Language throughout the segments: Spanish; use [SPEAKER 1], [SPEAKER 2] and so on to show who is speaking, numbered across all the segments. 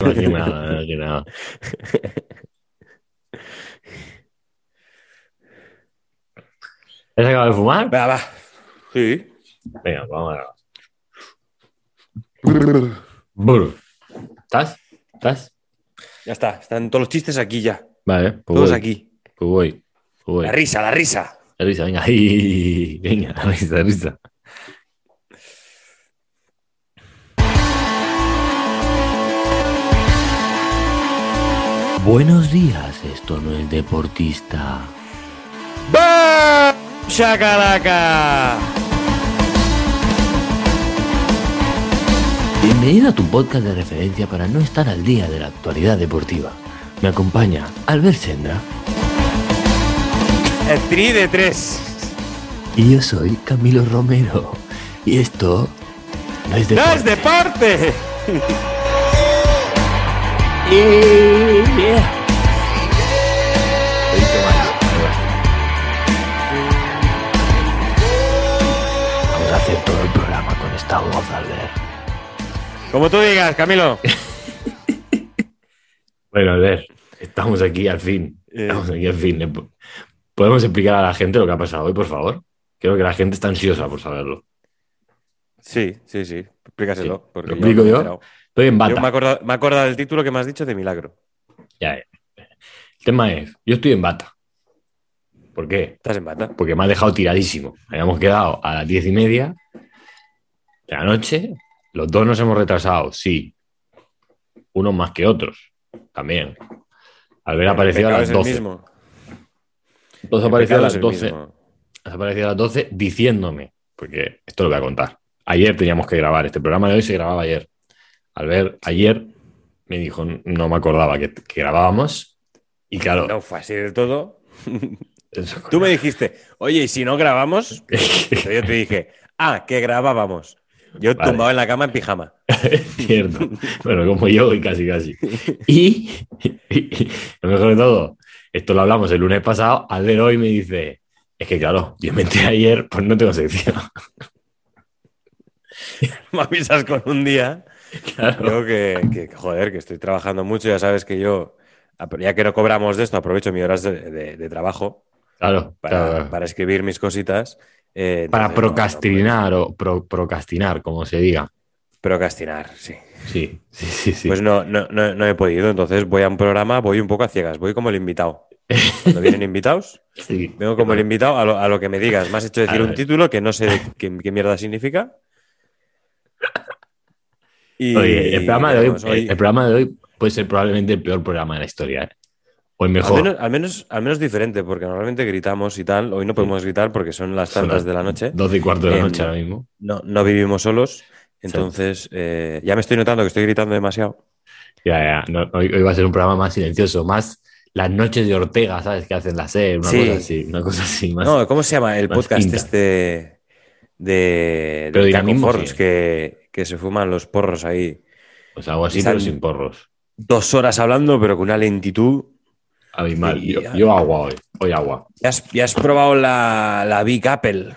[SPEAKER 1] No, que nada, que nada. ¿Has acabado de fumar?
[SPEAKER 2] Va, va. Sí.
[SPEAKER 1] Venga, vamos a Brr. ¿Estás? ¿Estás?
[SPEAKER 2] Ya está. Están todos los chistes aquí ya.
[SPEAKER 1] Vale, pues
[SPEAKER 2] Todos
[SPEAKER 1] voy.
[SPEAKER 2] aquí.
[SPEAKER 1] Pues voy. Pues voy.
[SPEAKER 2] La risa, la risa.
[SPEAKER 1] La risa, venga. Venga, la risa, la risa. Buenos días, esto no es deportista.
[SPEAKER 2] ¡Va! ¡Chacalaca!
[SPEAKER 1] Bienvenido a tu podcast de referencia para no estar al día de la actualidad deportiva. Me acompaña Albert Sendra
[SPEAKER 2] El tri de tres.
[SPEAKER 1] y yo soy Camilo Romero. Y esto no es deporte.
[SPEAKER 2] ¡Das de parte!
[SPEAKER 1] Yeah. Vamos a hacer todo el programa con esta voz, Albert.
[SPEAKER 2] Como tú digas, Camilo.
[SPEAKER 1] Bueno, Albert, estamos aquí al fin.
[SPEAKER 2] Eh,
[SPEAKER 1] Estamos aquí al fin. Le po- ¿Podemos explicar a la gente lo que ha pasado hoy, por favor? Creo que la gente está ansiosa por saberlo.
[SPEAKER 2] sí, sí, sí. Explícaselo. porque
[SPEAKER 1] ¿Lo explico
[SPEAKER 2] no me he
[SPEAKER 1] yo?
[SPEAKER 2] enterado.
[SPEAKER 1] Estoy en
[SPEAKER 2] Yo me
[SPEAKER 1] bata.
[SPEAKER 2] acorda- me he acordado del título que me has dicho de milagro.
[SPEAKER 1] Ya, eh. El tema es, yo estoy en bata. ¿Por qué?
[SPEAKER 2] Estás en bata.
[SPEAKER 1] porque me ha dejado tiradísimo. Habíamos quedado a las diez y media de la noche. Los dos nos hemos retrasado, sí. Unos más que otros, también. Al ver aparecido a
[SPEAKER 2] El
[SPEAKER 1] las
[SPEAKER 2] pecado es
[SPEAKER 1] 12.
[SPEAKER 2] el mismo.
[SPEAKER 1] Entonces
[SPEAKER 2] El
[SPEAKER 1] apareció a
[SPEAKER 2] pecado
[SPEAKER 1] las
[SPEAKER 2] es el
[SPEAKER 1] 12.
[SPEAKER 2] mismo.
[SPEAKER 1] Has aparecido a las 12 diciéndome, porque esto lo voy a contar. Ayer teníamos que grabar, este programa de hoy se grababa ayer. Al ver, ayer me dijo, no me acordaba que, que grabábamos. Y claro,
[SPEAKER 2] No fue así del todo.
[SPEAKER 1] eso-
[SPEAKER 2] Tú me dijiste, oye, y si no grabamos, Pero yo te dije, ah, que grabábamos. Yo
[SPEAKER 1] Vale.
[SPEAKER 2] tumbado en la cama en pijama.
[SPEAKER 1] Cierto. Bueno, como yo y casi, casi. Y, lo mejor de todo, esto lo hablamos el lunes pasado, Albert hoy me dice, es que claro, yo me enteré ayer, pues no tengo sección.
[SPEAKER 2] Me avisas con un día.
[SPEAKER 1] Claro.
[SPEAKER 2] Yo que, que, joder, que estoy trabajando mucho. Ya sabes que yo, ya que no cobramos de esto, aprovecho mis horas de, de- de trabajo
[SPEAKER 1] Claro,
[SPEAKER 2] para,
[SPEAKER 1] claro.
[SPEAKER 2] para escribir mis cositas. eh,
[SPEAKER 1] Para
[SPEAKER 2] entonces, no, no,
[SPEAKER 1] procrastinar o pro- procrastinar, como se diga.
[SPEAKER 2] pues, procrastinar, sí.
[SPEAKER 1] Sí, sí, sí. sí.
[SPEAKER 2] Pues no, no, no, no he podido. Entonces voy a un programa, voy un poco a ciegas, voy como el invitado. Cuando vienen invitados,
[SPEAKER 1] Sí.
[SPEAKER 2] vengo como el invitado a lo, a lo que me digas. Me has hecho decir
[SPEAKER 1] A
[SPEAKER 2] un
[SPEAKER 1] ver.
[SPEAKER 2] título que no sé de qué, qué mierda significa. Y
[SPEAKER 1] Oye, el programa, de hoy,
[SPEAKER 2] vamos, hoy-
[SPEAKER 1] el programa de hoy puede ser probablemente el peor programa de la historia. ¿eh? O el
[SPEAKER 2] Al
[SPEAKER 1] mejor.
[SPEAKER 2] menos, al, menos, al menos diferente, porque normalmente gritamos y tal. Hoy no podemos gritar porque son las
[SPEAKER 1] Son
[SPEAKER 2] tantas
[SPEAKER 1] las
[SPEAKER 2] de la noche.
[SPEAKER 1] 12 y cuarto de la
[SPEAKER 2] Em,
[SPEAKER 1] noche ahora mismo.
[SPEAKER 2] No, no vivimos solos. Entonces, eh, ya me estoy notando que estoy gritando demasiado.
[SPEAKER 1] Ya, ya. No, hoy, hoy va a ser un programa más silencioso, más las noches de Ortega, ¿sabes? Que hacen la SER, una
[SPEAKER 2] Sí.
[SPEAKER 1] cosa así, una cosa así más.
[SPEAKER 2] No, ¿cómo se llama el
[SPEAKER 1] más
[SPEAKER 2] podcast
[SPEAKER 1] quinta.
[SPEAKER 2] este de,
[SPEAKER 1] Pero
[SPEAKER 2] de
[SPEAKER 1] dinamismo
[SPEAKER 2] Forros
[SPEAKER 1] sí.
[SPEAKER 2] que, que se fuman los porros ahí?
[SPEAKER 1] o sea, algo así,
[SPEAKER 2] quizá-
[SPEAKER 1] pero sin porros.
[SPEAKER 2] Dos horas hablando, pero con una lentitud.
[SPEAKER 1] Abismal.
[SPEAKER 2] Sí,
[SPEAKER 1] yo,
[SPEAKER 2] ya.
[SPEAKER 1] yo agua hoy. Hoy agua.
[SPEAKER 2] ¿Ya has, ya has probado la, la Big Apple?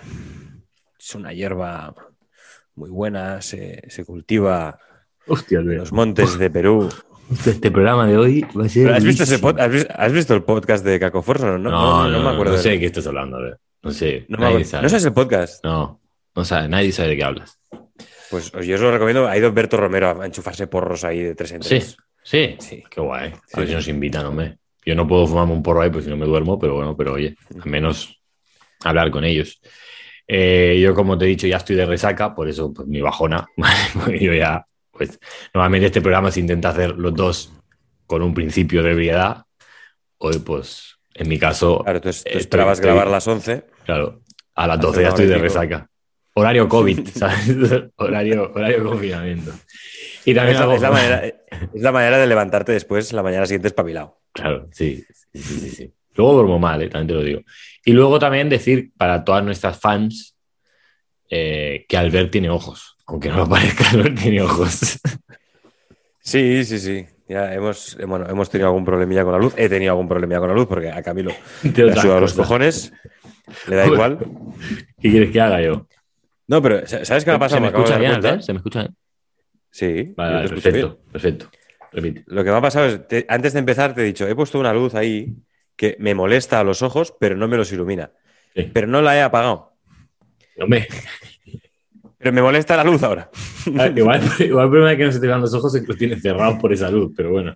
[SPEAKER 2] Es una hierba muy buena, se, se cultiva
[SPEAKER 1] Hostia,
[SPEAKER 2] en los montes de Perú.
[SPEAKER 1] Este programa de hoy va a ser.
[SPEAKER 2] Pero ¿Has visto, ese pod-
[SPEAKER 1] podcast?
[SPEAKER 2] has, vis- has visto el podcast de Cacoforce? No, no, no, no me acuerdo.
[SPEAKER 1] No
[SPEAKER 2] de-
[SPEAKER 1] sé de qué estás hablando, a ver. No sé.
[SPEAKER 2] no me
[SPEAKER 1] nadie
[SPEAKER 2] acuerdo.
[SPEAKER 1] sabe.
[SPEAKER 2] ¿No sabes el podcast?
[SPEAKER 1] No, no sabe. Nadie sabe de qué hablas.
[SPEAKER 2] Pues os- yo os lo recomiendo. Ha ido Berto Romero a enchufarse porros ahí de tres en
[SPEAKER 1] Sí.
[SPEAKER 2] tres.
[SPEAKER 1] Sí.
[SPEAKER 2] Sí.
[SPEAKER 1] Qué guay. A
[SPEAKER 2] Sí.
[SPEAKER 1] ver si nos invitan, hombre. Yo no puedo fumarme un porro ahí porque si no me duermo, pero bueno, pero oye,
[SPEAKER 2] Mm.
[SPEAKER 1] al menos hablar con ellos. Eh, yo, como te he dicho, ya estoy de resaca, por eso pues, mi bajona. Porque yo ya, pues, normalmente este programa se intenta hacer los dos con un principio de ebriedad. Hoy, pues, en mi caso,
[SPEAKER 2] Claro, tú, es- tú
[SPEAKER 1] Eh,
[SPEAKER 2] esperabas
[SPEAKER 1] estoy-
[SPEAKER 2] grabar las 11.
[SPEAKER 1] claro, a las
[SPEAKER 2] Hace
[SPEAKER 1] 12 ya
[SPEAKER 2] una
[SPEAKER 1] estoy de
[SPEAKER 2] hora y pico.
[SPEAKER 1] resaca. Horario COVID, ¿sabes? horario, horario confinamiento. Y también
[SPEAKER 2] Es la,
[SPEAKER 1] hago-
[SPEAKER 2] es la manera, es la manera de levantarte después, la mañana siguiente espabilado.
[SPEAKER 1] Claro, sí, sí, sí, sí, sí. Luego duermo mal, eh, también te lo digo. Y luego también decir para todas nuestras fans eh, que Albert tiene ojos. Aunque no lo parezca, Albert tiene ojos.
[SPEAKER 2] Sí, sí, sí. Ya hemos, eh, bueno, hemos tenido algún problemilla con la luz. He tenido algún problemilla con la luz porque a Camilo
[SPEAKER 1] De
[SPEAKER 2] le ha
[SPEAKER 1] otras
[SPEAKER 2] sudado los
[SPEAKER 1] cosas.
[SPEAKER 2] cojones. Le da
[SPEAKER 1] Joder.
[SPEAKER 2] igual.
[SPEAKER 1] ¿Qué quieres que haga yo?
[SPEAKER 2] No, pero ¿sabes qué me ha pasado?
[SPEAKER 1] ¿Se me
[SPEAKER 2] acabo
[SPEAKER 1] escucha
[SPEAKER 2] de dar
[SPEAKER 1] bien,
[SPEAKER 2] cuenta.
[SPEAKER 1] Albert? ¿Se me escucha bien?
[SPEAKER 2] Sí,
[SPEAKER 1] Vale,
[SPEAKER 2] yo
[SPEAKER 1] vale,
[SPEAKER 2] te escucho bien.
[SPEAKER 1] perfecto, perfecto. Repite.
[SPEAKER 2] Lo que me ha pasado es, te- antes de empezar te he dicho, he puesto una luz ahí que me molesta a los ojos, pero no me los ilumina.
[SPEAKER 1] Sí.
[SPEAKER 2] Pero no la he apagado.
[SPEAKER 1] Hombre,
[SPEAKER 2] Pero me molesta la luz ahora.
[SPEAKER 1] igual, igual el problema es que no se te vean los ojos es que los tienes cerrados por esa luz, pero bueno.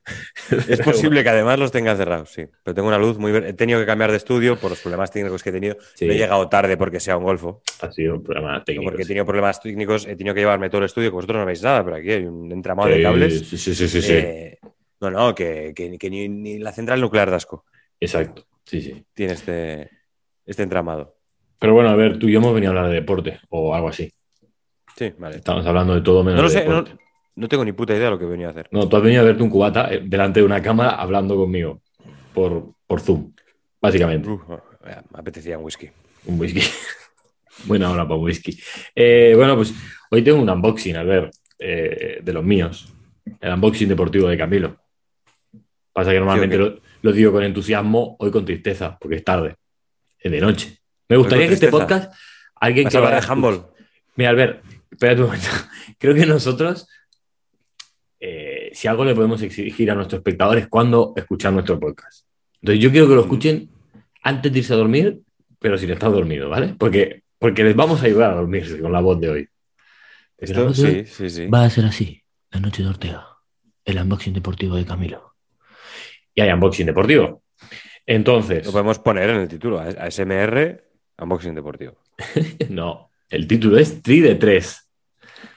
[SPEAKER 2] Es posible que además los tenga cerrados, sí. Pero tengo una luz muy... ver- He tenido que cambiar de estudio por los problemas técnicos que he tenido.
[SPEAKER 1] Sí.
[SPEAKER 2] No he llegado tarde porque sea un golfo.
[SPEAKER 1] Ha sido un problema
[SPEAKER 2] no
[SPEAKER 1] técnico.
[SPEAKER 2] Porque he
[SPEAKER 1] sí.
[SPEAKER 2] tenido problemas técnicos, he tenido que llevarme todo el estudio, que vosotros no veis nada, pero aquí hay un entramado
[SPEAKER 1] Sí,
[SPEAKER 2] de cables.
[SPEAKER 1] Sí, sí, sí, sí, sí.
[SPEAKER 2] Eh, no, no, que, que- que ni, ni la central nuclear de asco
[SPEAKER 1] Exacto. Sí, sí.
[SPEAKER 2] tiene este, este entramado.
[SPEAKER 1] Pero bueno, a ver, tú y yo hemos venido a hablar de deporte o algo así.
[SPEAKER 2] Sí, vale.
[SPEAKER 1] Estamos hablando de todo menos
[SPEAKER 2] No lo
[SPEAKER 1] de
[SPEAKER 2] sé, no,
[SPEAKER 1] deporte.
[SPEAKER 2] no tengo ni puta idea de lo que he venido a hacer.
[SPEAKER 1] No, tú has venido a verte un cubata eh, delante de una cámara hablando conmigo por, por Zoom, básicamente.
[SPEAKER 2] Uf, me apetecía un whisky.
[SPEAKER 1] Un whisky. Buena hora para un whisky. Eh, bueno, pues hoy tengo un unboxing, a ver, eh, de los míos. El unboxing deportivo de Camilo. Pasa que normalmente
[SPEAKER 2] Sí,
[SPEAKER 1] lo, lo digo con entusiasmo, hoy con tristeza, porque es tarde, es de noche. Me gustaría
[SPEAKER 2] con
[SPEAKER 1] que este
[SPEAKER 2] tristeza.
[SPEAKER 1] podcast, alguien
[SPEAKER 2] ¿Vas
[SPEAKER 1] que
[SPEAKER 2] a
[SPEAKER 1] lo
[SPEAKER 2] hablar
[SPEAKER 1] haya
[SPEAKER 2] de handball?
[SPEAKER 1] Mira, Albert, espérate un momento. Creo que nosotros, eh, si algo le podemos exigir a nuestros espectadores, cuando escuchar nuestro podcast. Entonces, yo quiero que lo escuchen antes de irse a dormir, pero sin estar dormido, ¿vale? Porque, porque les vamos a ayudar a dormirse con la voz de hoy.
[SPEAKER 2] Esto-
[SPEAKER 1] Pero-
[SPEAKER 2] Sí, sí, sí.
[SPEAKER 1] Va a ser así, la noche de Ortega, el unboxing deportivo de Camilo. Y hay unboxing deportivo. Entonces,
[SPEAKER 2] Lo podemos poner en el título, ASMR, unboxing deportivo.
[SPEAKER 1] no, el título es Tri de 3.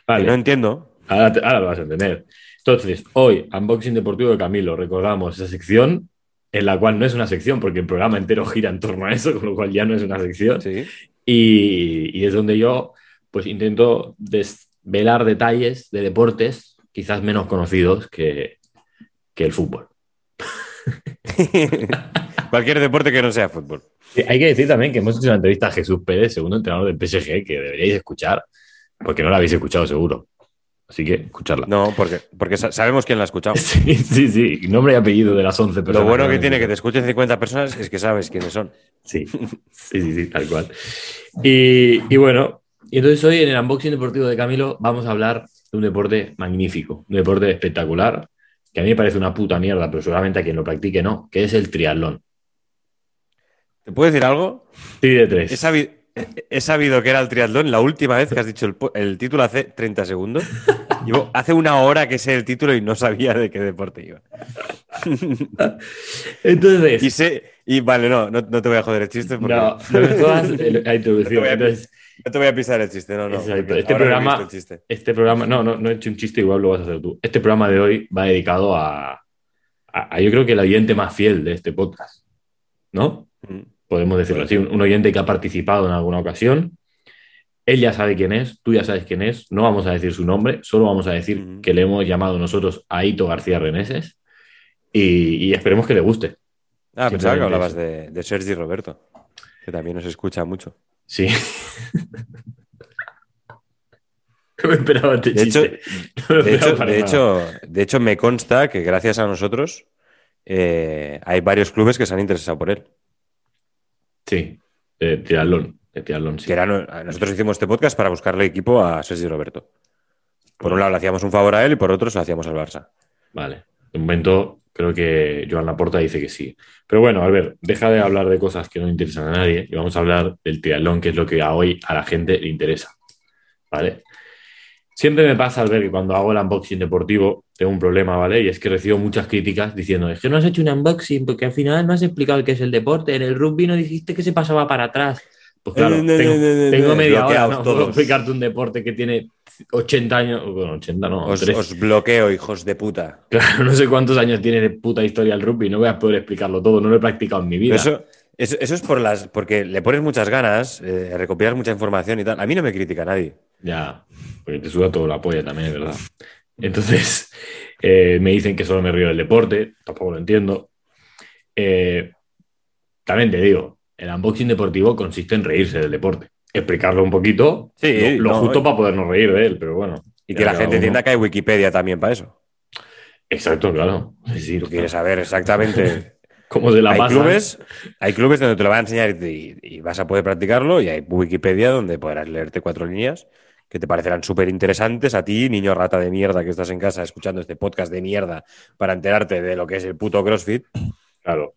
[SPEAKER 2] Que No entiendo.
[SPEAKER 1] Ahora, te- ahora lo vas a entender. Entonces, hoy, unboxing deportivo de Camilo, recordamos esa sección en la cual no es una sección porque el programa entero gira en torno a eso, con lo cual ya no es una sección.
[SPEAKER 2] Sí.
[SPEAKER 1] Y, y es donde yo pues intento desvelar detalles de deportes quizás menos conocidos que, que el fútbol.
[SPEAKER 2] Cualquier deporte que no sea fútbol.
[SPEAKER 1] Sí, Hay que decir también que hemos hecho una entrevista a Jesús Pérez, segundo entrenador del PSG, que deberíais escuchar, porque no la habéis escuchado seguro. Así que escucharla.
[SPEAKER 2] No, porque, porque sa- sabemos quién la ha escuchado.
[SPEAKER 1] Sí, sí, sí, nombre y apellido de las 11 personas.
[SPEAKER 2] Lo bueno que
[SPEAKER 1] han
[SPEAKER 2] tiene que
[SPEAKER 1] escuchado.
[SPEAKER 2] te escuchen 50 personas es que sabes quiénes son.
[SPEAKER 1] Sí, sí, sí, sí, tal cual. Y, y bueno, y entonces hoy en el unboxing deportivo de Camilo vamos a hablar de un deporte magnífico, un deporte espectacular, que a mí me parece una puta mierda, pero seguramente a quien lo practique no, que es el triatlón.
[SPEAKER 2] ¿Te puedo decir algo?
[SPEAKER 1] Tri de
[SPEAKER 2] He
[SPEAKER 1] tres.
[SPEAKER 2] sabido, he sabido que era el triatlón la última vez que has dicho el, po- el título hace 30 segundos. Llevo hace una hora que sé el título y no sabía de qué deporte iba.
[SPEAKER 1] Entonces,
[SPEAKER 2] Y sé, y vale, no, no, no te voy a joder el chiste porque
[SPEAKER 1] no,
[SPEAKER 2] no,
[SPEAKER 1] no me jodas el- la introducción.
[SPEAKER 2] No te voy a-
[SPEAKER 1] Entonces,
[SPEAKER 2] te voy a pisar el chiste, no, no.
[SPEAKER 1] Exacto.
[SPEAKER 2] porque
[SPEAKER 1] Este
[SPEAKER 2] ahora no he
[SPEAKER 1] programa-
[SPEAKER 2] visto el chiste.
[SPEAKER 1] este programa, no, no, no he hecho un chiste, igual lo vas a hacer tú. Este programa de hoy va dedicado a, a- a yo creo que el oyente más fiel de este podcast, ¿no?
[SPEAKER 2] Mm.
[SPEAKER 1] podemos decirlo así, un, un oyente que ha participado en alguna ocasión. Él ya sabe quién es, tú ya sabes quién es, no vamos a decir su nombre, solo vamos a decir
[SPEAKER 2] Ujú.
[SPEAKER 1] que le hemos llamado nosotros a Ito García Reneses y, y esperemos que le guste.
[SPEAKER 2] Ah, pensaba
[SPEAKER 1] Simplemente
[SPEAKER 2] que hablabas de, de Sergi Roberto, que también nos escucha mucho.
[SPEAKER 1] Sí. no me esperaba este
[SPEAKER 2] De hecho,
[SPEAKER 1] chiste. No me lo
[SPEAKER 2] De
[SPEAKER 1] esperaba
[SPEAKER 2] hecho,
[SPEAKER 1] para
[SPEAKER 2] de,
[SPEAKER 1] nada.
[SPEAKER 2] hecho, de hecho, me consta que gracias a nosotros eh, hay varios clubes que se han interesado por él.
[SPEAKER 1] Sí, de triatlón, de triatlón, sí.
[SPEAKER 2] Que era no- nosotros hicimos este podcast para buscarle equipo a Sergi Roberto. Por un lado le hacíamos un favor a él y por otro se lo hacíamos al Barça.
[SPEAKER 1] Vale. De momento, creo que Joan Laporta dice que sí. Pero bueno, a ver, deja de hablar de cosas que no interesan a nadie y vamos a hablar del triatlón, que es lo que a hoy a la gente le interesa. ¿Vale? Siempre me pasa al ver que cuando hago el unboxing deportivo tengo un problema, ¿vale? Y es que recibo muchas críticas diciendo, es que no has hecho un unboxing porque al final no has explicado qué es el deporte. En el rugby no dijiste que se pasaba para atrás. Pues claro,
[SPEAKER 2] Eh, no,
[SPEAKER 1] tengo,
[SPEAKER 2] no, no, no,
[SPEAKER 1] tengo
[SPEAKER 2] no.
[SPEAKER 1] media hora,
[SPEAKER 2] Bloqueaos
[SPEAKER 1] no puedo
[SPEAKER 2] todos.
[SPEAKER 1] explicarte un deporte que tiene 80 años, bueno, 80 no,
[SPEAKER 2] Os,
[SPEAKER 1] 13.
[SPEAKER 2] os bloqueo, hijos de puta.
[SPEAKER 1] Claro, no sé cuántos años tiene de puta historia el rugby, no voy a poder explicarlo todo, no lo he practicado en mi vida.
[SPEAKER 2] Eso, eso, eso es por las, porque le pones muchas ganas, eh, recopilas mucha información y tal. A mí no me critica nadie.
[SPEAKER 1] Ya, porque te suda todo la polla también, es verdad. Entonces, eh, me dicen que solo me río del deporte, tampoco lo entiendo. Eh, también te digo, el unboxing deportivo consiste en reírse del deporte, explicarlo un poquito,
[SPEAKER 2] Sí,
[SPEAKER 1] lo, lo
[SPEAKER 2] no, eh.
[SPEAKER 1] justo
[SPEAKER 2] y-
[SPEAKER 1] para podernos reír de él, pero bueno.
[SPEAKER 2] Y
[SPEAKER 1] ya
[SPEAKER 2] que la
[SPEAKER 1] cada
[SPEAKER 2] gente
[SPEAKER 1] uno.
[SPEAKER 2] entienda que hay Wikipedia también para eso.
[SPEAKER 1] Exacto, claro. Sí, sí,
[SPEAKER 2] Si tú quieres saber exactamente.
[SPEAKER 1] ¿Cómo se la
[SPEAKER 2] hay
[SPEAKER 1] pasan?
[SPEAKER 2] clubes, hay clubes donde te lo van a enseñar y, y vas a poder practicarlo y hay Wikipedia donde podrás leerte cuatro líneas que te parecerán súper interesantes a ti, niño rata de mierda que estás en casa escuchando este podcast de mierda para enterarte de lo que es el puto CrossFit.
[SPEAKER 1] Claro.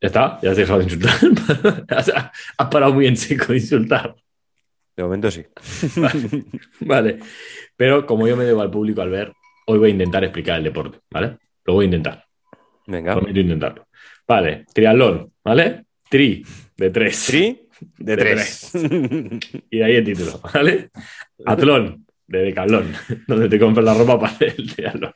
[SPEAKER 1] Ya está, ya has dejado de insultar. has, has parado muy en seco de insultar.
[SPEAKER 2] De momento sí.
[SPEAKER 1] Vale. Vale. Pero como yo me debo al público al ver, hoy voy a intentar explicar el deporte, ¿vale? Lo voy a intentar.
[SPEAKER 2] Venga.
[SPEAKER 1] Prometo intentarlo. Vale, triatlón, ¿vale? Tri, de tres.
[SPEAKER 2] Tri de,
[SPEAKER 1] De
[SPEAKER 2] tres.
[SPEAKER 1] Y de ahí el título, ¿vale? Atlón, de decalón, donde te compras la ropa para hacer el triatlón.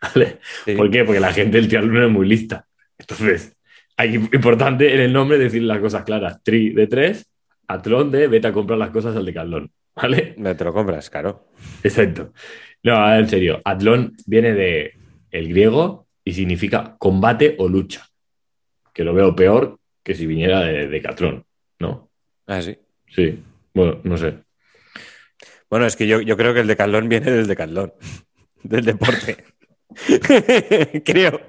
[SPEAKER 1] ¿Vale?
[SPEAKER 2] Sí.
[SPEAKER 1] ¿Por qué? Porque la gente del triatlón es muy lista. Entonces, hay importante en el nombre decir las cosas claras. Tri de tres, atlón de vete a comprar las cosas al decalón, ¿vale?
[SPEAKER 2] No te lo compras, claro.
[SPEAKER 1] Exacto. No, a ver, en serio, atlón viene de el griego y significa combate o lucha. Que lo veo peor que si viniera de decatlón, ¿no?
[SPEAKER 2] Ah, sí.
[SPEAKER 1] Sí. Bueno, no sé.
[SPEAKER 2] Bueno, es que yo, yo creo que el decalón viene del decalón, del deporte. creo.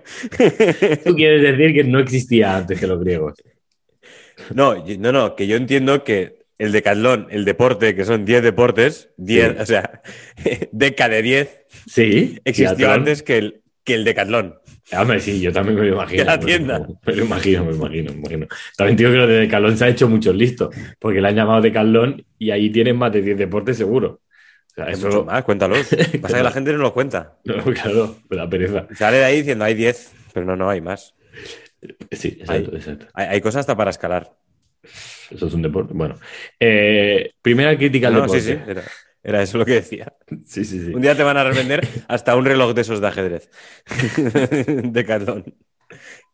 [SPEAKER 1] Tú quieres decir que no existía antes que los griegos.
[SPEAKER 2] No, yo- no, no, que yo entiendo que el decalón, el deporte, que son 10 deportes, 10,
[SPEAKER 1] Sí.
[SPEAKER 2] o sea, deca de 10,
[SPEAKER 1] Sí.
[SPEAKER 2] existió
[SPEAKER 1] teatrón.
[SPEAKER 2] antes que el, que el decalón.
[SPEAKER 1] Ah, Hombre, sí, yo también me lo imagino.
[SPEAKER 2] De la
[SPEAKER 1] me lo-
[SPEAKER 2] tienda.
[SPEAKER 1] Me lo imagino, me imagino, me imagino. También digo que lo de Decalón se ha hecho muchos listos, porque le han llamado Decalón y ahí tienen más de 10 deportes seguro. O sea,
[SPEAKER 2] Es
[SPEAKER 1] eso
[SPEAKER 2] mucho más, cuéntalos. Pasa que la gente no lo cuenta.
[SPEAKER 1] No, claro, me da pereza.
[SPEAKER 2] Sale de ahí diciendo hay 10, pero no, no, hay más.
[SPEAKER 1] Sí, exacto, exacto.
[SPEAKER 2] Hay, hay cosas hasta para escalar.
[SPEAKER 1] Eso es un deporte. Bueno, Eh, primera crítica al
[SPEAKER 2] No, sí,
[SPEAKER 1] deporte.
[SPEAKER 2] sí, era, era eso lo que decía.
[SPEAKER 1] sí, sí, sí.
[SPEAKER 2] Un día te van a revender hasta un reloj de esos de ajedrez. decalón.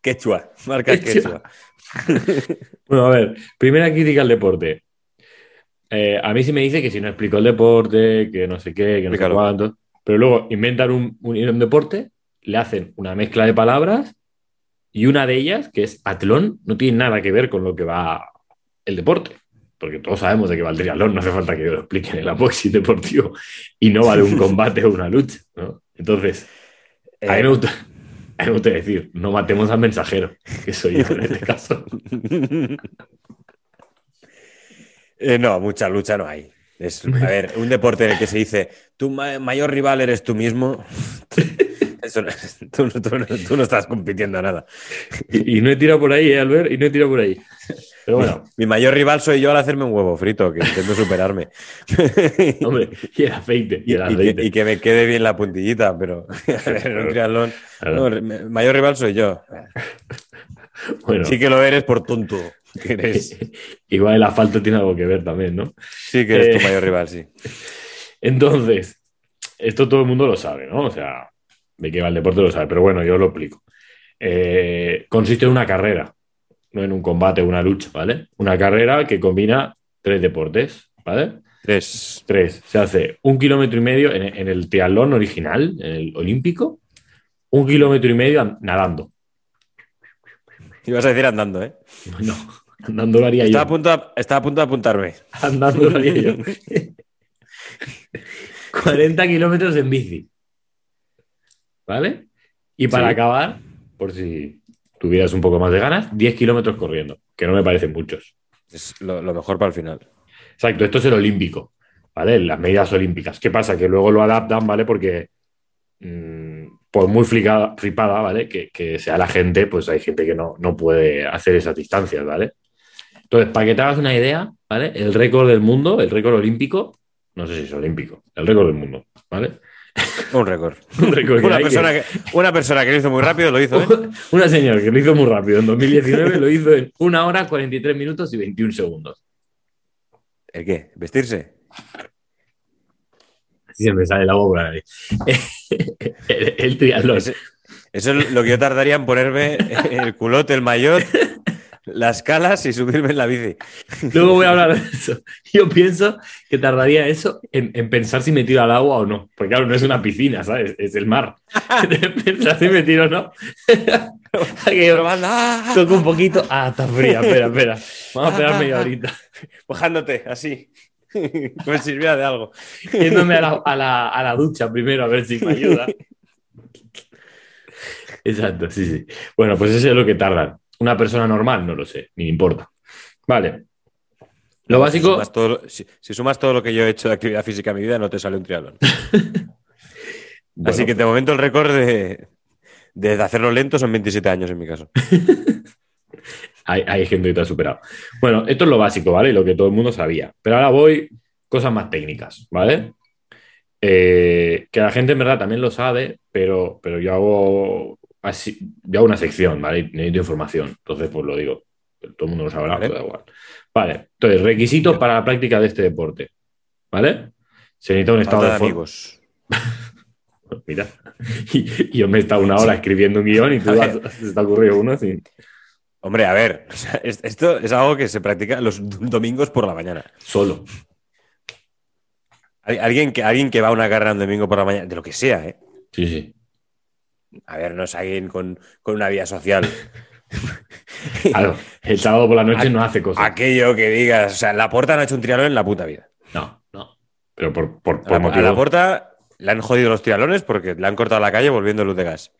[SPEAKER 2] Quechua, marca quechua.
[SPEAKER 1] Quechua. Bueno, a ver, primera crítica al deporte. Eh, a mí sí me dice que si no explico el deporte, que no sé qué, que no sé
[SPEAKER 2] Explícalo.
[SPEAKER 1] cuánto. Pero luego inventan un, un- un deporte, le hacen una mezcla de palabras y una de ellas, que es atlón, no tiene nada que ver con lo que va el deporte. Porque todos sabemos de qué va el triatlón, no hace falta que yo lo explique en el apóxis deportivo. Y no vale un combate o una lucha, ¿no? Entonces,
[SPEAKER 2] Eh,
[SPEAKER 1] A mí, me gusta, a mí me gusta decir, no matemos al mensajero, que soy yo en este caso.
[SPEAKER 2] Eh, no, mucha lucha no hay. Es, a ver, un deporte en el que se dice, tu ma- mayor rival eres tú mismo. Eso no- tú, no- tú no- tú no estás compitiendo a nada.
[SPEAKER 1] Y, y no he tirado por ahí, ¿eh, Albert? Y no he tirado por ahí. Pero bueno,
[SPEAKER 2] Mi mayor rival soy yo al hacerme un huevo frito, que intento superarme.
[SPEAKER 1] hombre, y el aceite, y
[SPEAKER 2] Y,
[SPEAKER 1] el
[SPEAKER 2] y que,
[SPEAKER 1] aceite.
[SPEAKER 2] y que me quede bien la puntillita, pero a ver, en un triatlón.
[SPEAKER 1] Claro.
[SPEAKER 2] no, mi mayor rival soy yo.
[SPEAKER 1] bueno,
[SPEAKER 2] Sí que lo eres por tonto. que eres.
[SPEAKER 1] igual el asfalto tiene algo que ver también, ¿no?
[SPEAKER 2] Sí que eres
[SPEAKER 1] Eh.
[SPEAKER 2] tu mayor rival, sí.
[SPEAKER 1] Entonces, esto todo el mundo lo sabe, ¿no? O sea, de qué va el deporte lo sabe, pero bueno, yo lo explico. Eh, consiste en una carrera, no en un combate, una lucha, ¿vale? Una carrera que combina tres deportes, ¿vale?
[SPEAKER 2] Tres.
[SPEAKER 1] Tres, se hace un kilómetro y medio en, en el triatlón original, en el olímpico, un kilómetro y medio an- nadando.
[SPEAKER 2] Ibas a decir andando, ¿eh?
[SPEAKER 1] No, andando lo haría
[SPEAKER 2] Estaba a
[SPEAKER 1] yo.
[SPEAKER 2] punto de- estaba a punto de apuntarme.
[SPEAKER 1] Andando lo haría yo. 40 kilómetros en bici. ¿Vale? Y para
[SPEAKER 2] Sí.
[SPEAKER 1] acabar, por si tuvieras un poco más de ganas, 10 kilómetros corriendo, que no me parecen muchos.
[SPEAKER 2] Es lo, lo mejor para el final.
[SPEAKER 1] Exacto, esto es el olímpico, ¿vale? Las medidas olímpicas. ¿Qué pasa? Que luego lo adaptan, ¿vale? Porque mm, por muy flica- flipada, ¿vale? Que, que sea la gente, pues hay gente que no, no puede hacer esas distancias, ¿vale? Entonces, para que te hagas una idea, ¿vale? El récord del mundo, el récord olímpico, no sé si es olímpico, el récord del mundo, ¿vale?
[SPEAKER 2] Un récord.
[SPEAKER 1] Un récord que
[SPEAKER 2] Una
[SPEAKER 1] hay que-
[SPEAKER 2] persona que, una persona que lo hizo muy rápido lo hizo, ¿eh?
[SPEAKER 1] Una señora que lo hizo muy rápido en 2019, lo hizo en 1 hora, 43 minutos y 21 segundos.
[SPEAKER 2] ¿El qué? ¿Vestirse?
[SPEAKER 1] Así se me sale la boca. por la nariz. el, el triatlón.
[SPEAKER 2] Ese- eso es lo que yo tardaría en ponerme el culote, el maillot, las calas y subirme en la bici.
[SPEAKER 1] Luego voy a hablar de eso. Yo pienso que tardaría eso en, en pensar si me tiro al agua o no. Porque claro, no es una piscina, ¿sabes? Es el mar. pensar si me tiro o no. Aquello,
[SPEAKER 2] Probando, ¡ah!
[SPEAKER 1] Toco un poquito. Ah, está fría. Espera, espera. Vamos a esperar media horita.
[SPEAKER 2] mojándote, así. Que me sirviera de algo.
[SPEAKER 1] Yéndome a la, a la- a la ducha primero a ver si me ayuda. Exacto, sí, sí. Bueno, pues eso es lo que tardan. Una persona normal, no lo sé, ni me importa. Vale. Lo básico.
[SPEAKER 2] Si sumas, todo, si- si sumas todo lo que yo he hecho de actividad física en mi vida, no te sale un triatlón.
[SPEAKER 1] bueno,
[SPEAKER 2] Así que de momento el récord de, de hacerlo lento son 27 años en mi caso.
[SPEAKER 1] hay, hay gente que te ha superado. Bueno, esto es lo básico, ¿vale? Lo que todo el mundo sabía. Pero ahora voy cosas más técnicas, ¿vale? Eh, que la gente en verdad también lo sabe, pero, pero yo hago así, yo hago una sección, ¿vale? Y Necesito información, entonces pues lo digo. Todo el mundo lo sabrá,
[SPEAKER 2] Vale.
[SPEAKER 1] pero da igual. Vale, entonces, requisitos para la práctica de este deporte, ¿vale? Se necesita un estado
[SPEAKER 2] Falta de
[SPEAKER 1] de forma.
[SPEAKER 2] amigos.
[SPEAKER 1] Mira, y, y yo me he estado una hora escribiendo un guión y tú
[SPEAKER 2] A ver.
[SPEAKER 1] has- se te ha ocurrido uno sin...
[SPEAKER 2] Hombre, a ver, o sea, es- esto es algo que se practica los domingos por la mañana.
[SPEAKER 1] solo.
[SPEAKER 2] Al- Alguien que, alguien que va a una carrera un domingo por la mañana, de lo que sea, ¿eh?
[SPEAKER 1] Sí, sí.
[SPEAKER 2] A ver, no es alguien con, con una vida social.
[SPEAKER 1] Pues Claro, el sábado por la noche no hace cosas.
[SPEAKER 2] Aquello que digas, o sea, la puerta no ha hecho un triatlón en la puta vida.
[SPEAKER 1] No, no. Pero por, por,
[SPEAKER 2] A
[SPEAKER 1] por
[SPEAKER 2] la, a la
[SPEAKER 1] motivo.
[SPEAKER 2] puerta le han jodido los trialones porque le han cortado la calle volviendo luz de gas.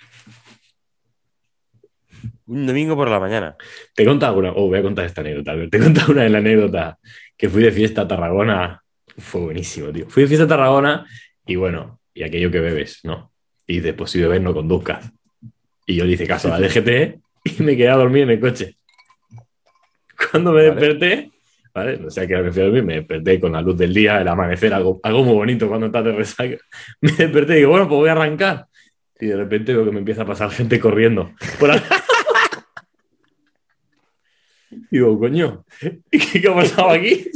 [SPEAKER 2] Un domingo por la mañana.
[SPEAKER 1] Te he contado una. Oh, voy a contar esta anécdota. Albert. Te he contado una de la anécdota que fui de fiesta a Tarragona. Fue buenísimo, tío. Fui de fiesta a Tarragona y bueno, y aquello que bebes, ¿no? Y después si bebes, no conduzcas. Y yo le hice caso a la DGT y me quedé a dormir en el coche. Cuando me
[SPEAKER 2] Vale.
[SPEAKER 1] desperté, ¿vale? No sé a qué hora me fui a dormir, me desperté con la luz del día, el amanecer, algo, algo muy bonito cuando estás de resaca. Me desperté y digo, bueno, pues voy a arrancar. Y de repente veo que me empieza a pasar gente corriendo. Por al- Digo, coño, ¿qué, qué ha pasado aquí?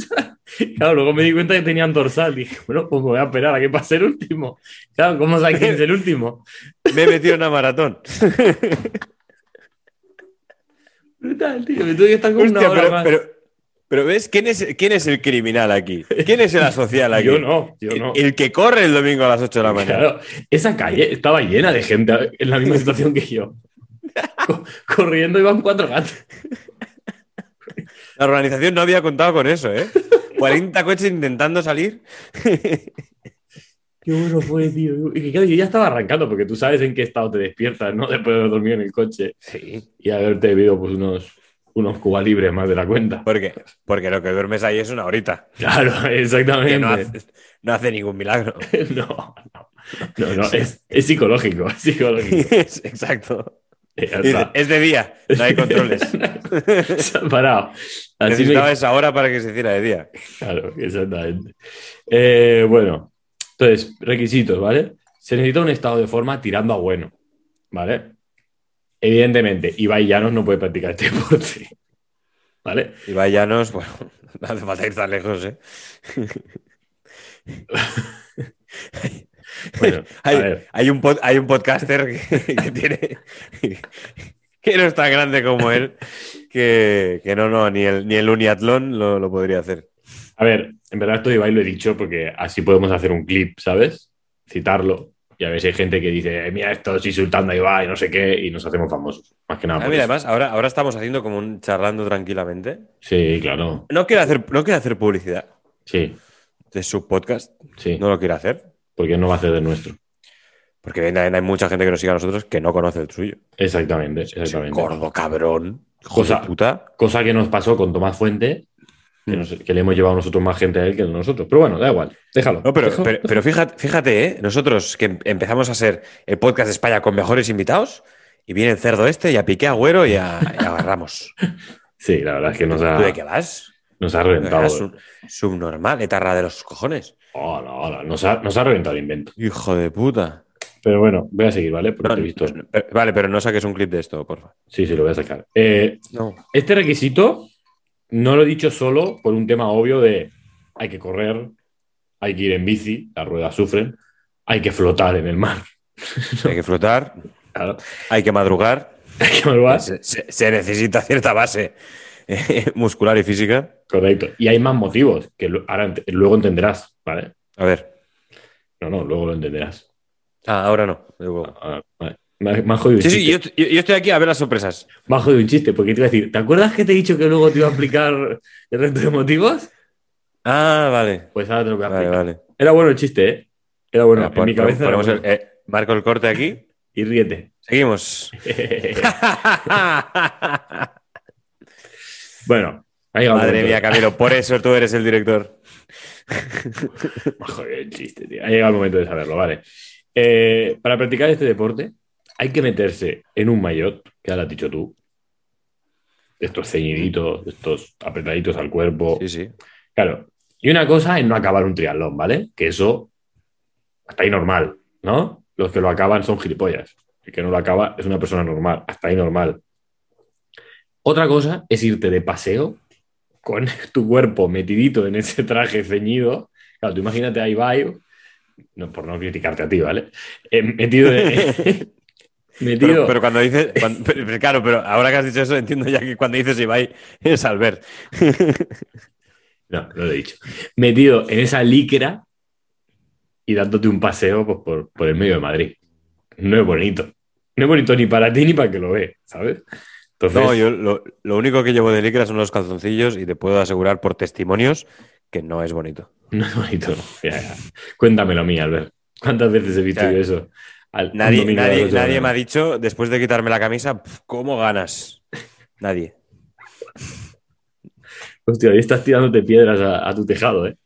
[SPEAKER 1] Claro, luego me di cuenta que tenían dorsal. Dije, bueno, pues me voy a esperar a que pase el último. Claro, ¿cómo sabes quién es el último?
[SPEAKER 2] Me he metido en una maratón.
[SPEAKER 1] Brutal, tío. Me tuve que estar con
[SPEAKER 2] Hostia,
[SPEAKER 1] una hora
[SPEAKER 2] pero,
[SPEAKER 1] más.
[SPEAKER 2] pero- pero ¿ves quién es, quién es el criminal aquí? ¿Quién es el asocial aquí?
[SPEAKER 1] yo no, yo no.
[SPEAKER 2] El, el que corre el domingo a las 8 de la mañana.
[SPEAKER 1] eh, Claro, esa calle estaba llena de gente en la misma situación que yo. Co- Corriendo iban cuatro gatos.
[SPEAKER 2] La organización no había contado con eso, ¿eh? 40 coches intentando salir.
[SPEAKER 1] Qué bueno fue, tío. Y que, claro, yo ya estaba arrancando porque tú sabes en qué estado te despiertas, ¿no? Después de haber dormido en el coche
[SPEAKER 2] Sí.
[SPEAKER 1] y haberte bebido pues unos, unos cuba libres más de la cuenta.
[SPEAKER 2] Porque, porque lo que duermes ahí es una horita.
[SPEAKER 1] Claro,
[SPEAKER 2] Que
[SPEAKER 1] exactamente.
[SPEAKER 2] no hace- no hace ningún milagro.
[SPEAKER 1] No, no, no, no, es, es psicológico, es psicológico. Eh,
[SPEAKER 2] Es- Exacto.
[SPEAKER 1] Ya
[SPEAKER 2] Dice,
[SPEAKER 1] está.
[SPEAKER 2] es de día, no hay controles.
[SPEAKER 1] Se han parado. Así me-
[SPEAKER 2] Necesitaba esa hora para que se hiciera de día.
[SPEAKER 1] Claro, exactamente. Eh, bueno, entonces, requisitos, ¿vale? Se necesita un estado de forma tirando a bueno, ¿vale? Evidentemente, Ibai Llanos no puede practicar este deporte, ¿vale?
[SPEAKER 2] Y vayanos, bueno, no hace falta ir tan lejos, ¿eh?
[SPEAKER 1] Bueno, a
[SPEAKER 2] Hay,
[SPEAKER 1] ver.
[SPEAKER 2] hay un, pod- hay un podcaster que, que tiene. que no es tan grande como él, que, que no, no, ni el, ni el uniatlón lo, lo podría hacer.
[SPEAKER 1] A ver, en verdad esto de Ibai lo he dicho porque así podemos hacer un clip, ¿sabes? Citarlo. Y a veces hay gente que dice, "Eh, mira, estos insultando a Ibai, no sé qué, y nos hacemos famosos. Más que nada.
[SPEAKER 2] Ah,
[SPEAKER 1] por
[SPEAKER 2] mira,
[SPEAKER 1] eso.
[SPEAKER 2] además, ahora, ahora estamos haciendo como un charlando tranquilamente.
[SPEAKER 1] Sí, claro.
[SPEAKER 2] No quiere hacer, no quiere hacer publicidad
[SPEAKER 1] Sí,
[SPEAKER 2] de su podcast,
[SPEAKER 1] sí.
[SPEAKER 2] no lo quiere hacer.
[SPEAKER 1] Porque no va a ser de nuestro.
[SPEAKER 2] Porque bien, también hay mucha gente que nos sigue a nosotros que no conoce el suyo.
[SPEAKER 1] Exactamente,
[SPEAKER 2] Ese
[SPEAKER 1] exactamente.
[SPEAKER 2] gordo cabrón. Hijo
[SPEAKER 1] Cosa-
[SPEAKER 2] de puta.
[SPEAKER 1] Cosa que nos pasó con Tomás Fuente, que,
[SPEAKER 2] Mm.
[SPEAKER 1] nos- que le hemos llevado nosotros más gente a él que a nosotros. Pero bueno, da igual, déjalo.
[SPEAKER 2] No, pero,
[SPEAKER 1] Déjalo.
[SPEAKER 2] pero, pero fíjate, fíjate, ¿eh? nosotros que em- empezamos a ser el podcast de España con mejores invitados, y viene el cerdo este, y a Piqué Agüero y a, y a Ramos.
[SPEAKER 1] Sí, la verdad es que nos ha,
[SPEAKER 2] ¿Tú de qué vas?
[SPEAKER 1] nos ha
[SPEAKER 2] Eras
[SPEAKER 1] reventado.
[SPEAKER 2] un subnormal, etarra de los cojones.
[SPEAKER 1] Hola, hola, nos ha, nos ha reventado el invento.
[SPEAKER 2] Hijo de puta.
[SPEAKER 1] Pero bueno, voy a seguir, ¿vale? Porque
[SPEAKER 2] No,
[SPEAKER 1] te he visto.
[SPEAKER 2] no, pero- vale, pero no saques un clip de esto, porfa.
[SPEAKER 1] Sí, sí, lo voy a sacar. Eh,
[SPEAKER 2] No.
[SPEAKER 1] este requisito no lo he dicho solo por un tema obvio de hay que correr, hay que ir en bici, las ruedas sufren, hay que flotar en el mar.
[SPEAKER 2] Hay que flotar,
[SPEAKER 1] Claro,
[SPEAKER 2] hay que madrugar,
[SPEAKER 1] hay que madrugar.
[SPEAKER 2] se, se- se necesita cierta base eh, muscular y física.
[SPEAKER 1] Correcto. Y hay más motivos que lu- ahora ent- luego entenderás, ¿vale?
[SPEAKER 2] A ver.
[SPEAKER 1] No, no, luego lo entenderás.
[SPEAKER 2] Ah, ahora no. de huevo.
[SPEAKER 1] Ah, vale. Me ha- me ha jodido un
[SPEAKER 2] Sí,
[SPEAKER 1] chiste.
[SPEAKER 2] sí, yo, yo- yo estoy aquí a ver las sorpresas.
[SPEAKER 1] Me ha jodido un chiste, porque te iba a decir, ¿te acuerdas que te he dicho que luego te iba a explicar el resto de motivos?
[SPEAKER 2] Ah, vale.
[SPEAKER 1] Pues ahora te lo voy a
[SPEAKER 2] Vale,
[SPEAKER 1] explicar.
[SPEAKER 2] vale.
[SPEAKER 1] Era bueno el chiste, ¿eh? Era bueno.
[SPEAKER 2] Venga,
[SPEAKER 1] en
[SPEAKER 2] pon-
[SPEAKER 1] mi cabeza. era
[SPEAKER 2] ponemos el-
[SPEAKER 1] bueno.
[SPEAKER 2] eh, marco el corte aquí.
[SPEAKER 1] Y ríete.
[SPEAKER 2] Seguimos.
[SPEAKER 1] bueno, Ahí va,
[SPEAKER 2] Madre
[SPEAKER 1] bueno.
[SPEAKER 2] mía, Camilo, por eso tú eres el director.
[SPEAKER 1] Joder, el chiste, tío. Ha llegado el momento de saberlo, vale. Eh, para practicar este deporte hay que meterse en un maillot, que ahora has dicho tú. de Estos ceñiditos, de estos apretaditos al cuerpo.
[SPEAKER 2] Sí, sí.
[SPEAKER 1] Claro. Y una cosa es no acabar un triatlón, ¿vale? Que eso hasta ahí normal, ¿no? Los que lo acaban son gilipollas. El que no lo acaba es una persona normal, hasta ahí normal. Otra cosa es irte de paseo con tu cuerpo metidito en ese traje ceñido. Claro, tú imagínate ahí Ibai, no, por no criticarte a ti, ¿vale? Eh, metido de- metido.
[SPEAKER 2] Pero, pero cuando dices. cuando- pero- pero claro, pero ahora que has dicho eso, entiendo ya que cuando dices Ibai es Albert.
[SPEAKER 1] No, no lo he dicho. Metido en esa líquera y dándote un paseo pues, por, por el medio de Madrid. No es bonito. No es bonito ni para ti ni para el que lo ve, ¿sabes? Entonces,
[SPEAKER 2] No, yo lo, lo único que llevo de licra son los calzoncillos y te puedo asegurar por testimonios que no es bonito.
[SPEAKER 1] no es bonito. Ya, ya. Cuéntamelo a mí, Albert. ¿Cuántas veces he visto
[SPEAKER 2] Ya.
[SPEAKER 1] yo eso? Al- un
[SPEAKER 2] Nadie,
[SPEAKER 1] domingo a las
[SPEAKER 2] nadie,
[SPEAKER 1] ocho de la
[SPEAKER 2] nadie me ha
[SPEAKER 1] mañana.
[SPEAKER 2] dicho, después de quitarme la camisa, "Pf, ¿cómo ganas? Nadie.
[SPEAKER 1] Hostia, hoy estás tirándote piedras a, a tu tejado, ¿eh?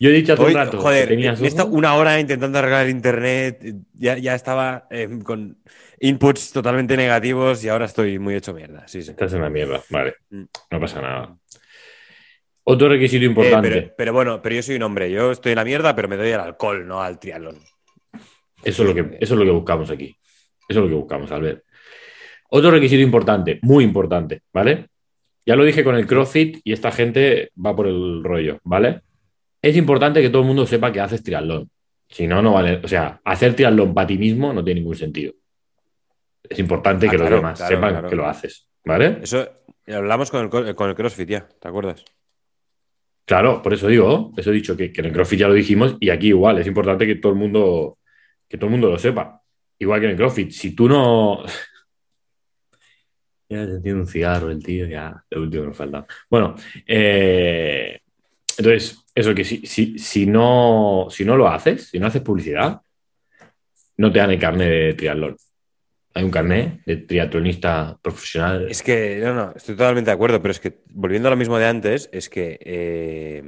[SPEAKER 1] Yo he dicho hace
[SPEAKER 2] Hoy,
[SPEAKER 1] un rato
[SPEAKER 2] joder,
[SPEAKER 1] que tenías
[SPEAKER 2] he estado
[SPEAKER 1] ojo.
[SPEAKER 2] una hora intentando arreglar el internet, ya, ya estaba eh, con inputs totalmente negativos y ahora estoy muy hecho mierda. Sí, Eh, sí.
[SPEAKER 1] Estás en la mierda, vale.
[SPEAKER 2] Mm.
[SPEAKER 1] No pasa nada. Otro requisito
[SPEAKER 2] Eh,
[SPEAKER 1] importante.
[SPEAKER 2] pero, pero bueno, pero yo soy un hombre, yo estoy en la mierda, pero me doy al alcohol, no al triatlón.
[SPEAKER 1] Eso es lo que, eso es lo que buscamos aquí. Eso es lo que buscamos, Albert. Otro requisito importante, muy importante, ¿vale? Ya lo dije con el CrossFit y esta gente va por el rollo, ¿vale? Es importante que todo el mundo sepa que haces triatlón. Si no, no vale. O sea, hacer triatlón para ti mismo no tiene ningún sentido. Es importante
[SPEAKER 2] Ah,
[SPEAKER 1] que los
[SPEAKER 2] claro,
[SPEAKER 1] demás
[SPEAKER 2] claro,
[SPEAKER 1] sepan
[SPEAKER 2] claro.
[SPEAKER 1] que lo haces, ¿vale?
[SPEAKER 2] Eso eh, hablamos con el, co- con el CrossFit, ya, ¿te acuerdas?
[SPEAKER 1] Claro, por eso digo, eso he dicho que, que en el CrossFit ya lo dijimos y aquí igual, es importante que todo el mundo, que todo el mundo lo sepa. Igual que en el CrossFit, si tú no... Ya se tiene un cigarro el tío, ya, lo último que nos falta. Bueno, eh, entonces, eso que si, si, si, no, si no lo haces, si no haces publicidad, no te dan el carnet de triatlón. Hay un carnet de triatlonista profesional.
[SPEAKER 2] Es que, no, no, estoy totalmente de acuerdo, pero es que, volviendo a lo mismo de antes, es que eh,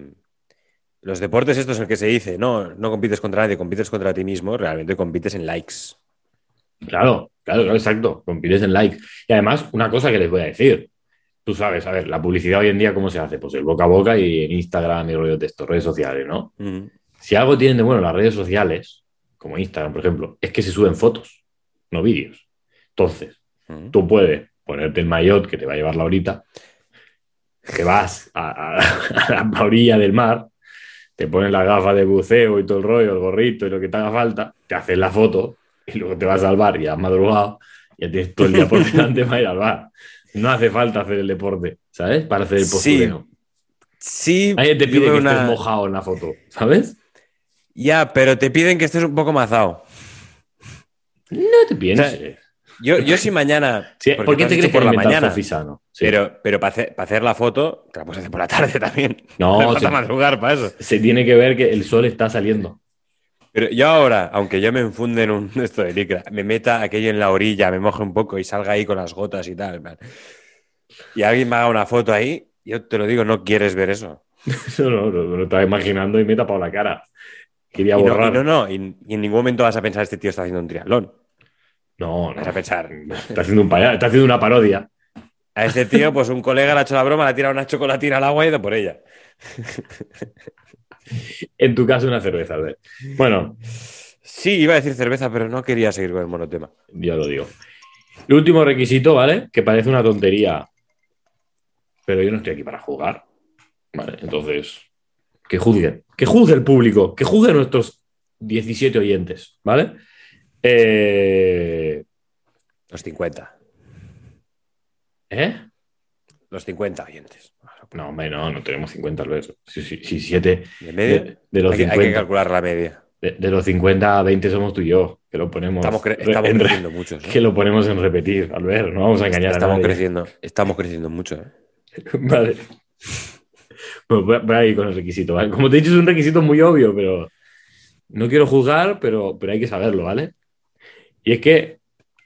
[SPEAKER 2] los deportes, esto es el que se dice, no, no compites contra nadie, compites contra ti mismo, realmente compites en likes.
[SPEAKER 1] Claro, claro, claro, exacto. Compiles en like. Y además, una cosa que les voy a decir. Tú sabes, a ver, la publicidad hoy en día, ¿cómo se hace? Pues el boca a boca y en Instagram y rollo texto, redes sociales, ¿no?
[SPEAKER 2] Ujú.
[SPEAKER 1] Si algo tienen de bueno las redes sociales, como Instagram, por ejemplo, es que se suben fotos, no vídeos. Entonces,
[SPEAKER 2] Ujú.
[SPEAKER 1] tú puedes ponerte el maillot que te va a llevar la horita, te vas a, a- a la orilla del mar, te pones la gafa de buceo y todo el rollo, el gorrito y lo que te haga falta, te haces la foto y luego te vas al bar y has madrugado, ya tienes todo el día por delante para ir al bar. No hace falta hacer el deporte, ¿sabes? Para hacer el
[SPEAKER 2] Sí,
[SPEAKER 1] postureo.
[SPEAKER 2] Sí,
[SPEAKER 1] Nadie te
[SPEAKER 2] yo
[SPEAKER 1] pide
[SPEAKER 2] veo
[SPEAKER 1] que
[SPEAKER 2] una-
[SPEAKER 1] estés mojado en la foto, ¿sabes?
[SPEAKER 2] Ya, pero te piden que estés un poco mazado.
[SPEAKER 1] No te pienses.
[SPEAKER 2] O Yo, yo sí mañana.
[SPEAKER 1] Sí,
[SPEAKER 2] porque
[SPEAKER 1] ¿Por qué te
[SPEAKER 2] tú has
[SPEAKER 1] crees
[SPEAKER 2] dicho
[SPEAKER 1] que
[SPEAKER 2] por la
[SPEAKER 1] inventaron
[SPEAKER 2] mañana?
[SPEAKER 1] Fisano? Sí.
[SPEAKER 2] Pero, pero para hacer, para hacer la foto, te la puedes hacer por la tarde también.
[SPEAKER 1] No,
[SPEAKER 2] No,
[SPEAKER 1] se-
[SPEAKER 2] falta madrugar para eso.
[SPEAKER 1] se tiene que ver que el sol está saliendo.
[SPEAKER 2] Pero yo ahora, aunque yo me enfunde en un esto de licra, me meta aquello en la orilla, me moje un poco y salga ahí con las gotas y tal. en plan, Y alguien me haga una foto ahí, yo te lo digo, no quieres ver eso.
[SPEAKER 1] No, no, no, me lo estaba imaginando y me he tapado la cara. Quería
[SPEAKER 2] Y no,
[SPEAKER 1] borrar.
[SPEAKER 2] y no, no, y, y en ningún momento vas a pensar, este tío está haciendo un triatlón.
[SPEAKER 1] no, no.
[SPEAKER 2] Vas a pensar,
[SPEAKER 1] Está haciendo, un paya- está haciendo una parodia.
[SPEAKER 2] a este tío, pues un colega le ha hecho la broma, le ha tirado una chocolatina al agua y ha ido por ella.
[SPEAKER 1] En tu caso, una cerveza. Albert. Bueno,
[SPEAKER 2] Sí, iba a decir cerveza, pero no quería seguir con el monotema.
[SPEAKER 1] ya lo digo. El último requisito, ¿vale? Que parece una tontería. Pero yo no estoy aquí para jugar. Vale, entonces. Que juzguen. Que juzgue el público. Que juzgue nuestros 17 oyentes, ¿vale? Eh,
[SPEAKER 2] Los 50.
[SPEAKER 1] ¿Eh?
[SPEAKER 2] Los 50 oyentes.
[SPEAKER 1] No, hombre, no, no tenemos 50, Albert. Sí, sí, sí, siete.
[SPEAKER 2] ¿De media?
[SPEAKER 1] De, de los
[SPEAKER 2] ¿Eh? hay, que- hay que
[SPEAKER 1] 50.
[SPEAKER 2] calcular la media.
[SPEAKER 1] De, de los 50 a 20 somos tú y yo, que lo ponemos,
[SPEAKER 2] Estamos, cre-
[SPEAKER 1] re-
[SPEAKER 2] estamos
[SPEAKER 1] en re-
[SPEAKER 2] creciendo mucho. ¿no?
[SPEAKER 1] que lo ponemos en repetir, Albert, no vamos a engañar
[SPEAKER 2] Estamos
[SPEAKER 1] a nadie.
[SPEAKER 2] creciendo, estamos creciendo mucho. ¿eh?
[SPEAKER 1] Vale. Pues voy, a- voy a ir con el requisito, ¿vale? Como te he dicho, es un requisito muy obvio, pero no quiero juzgar, pero, pero hay que saberlo, ¿vale? Y es que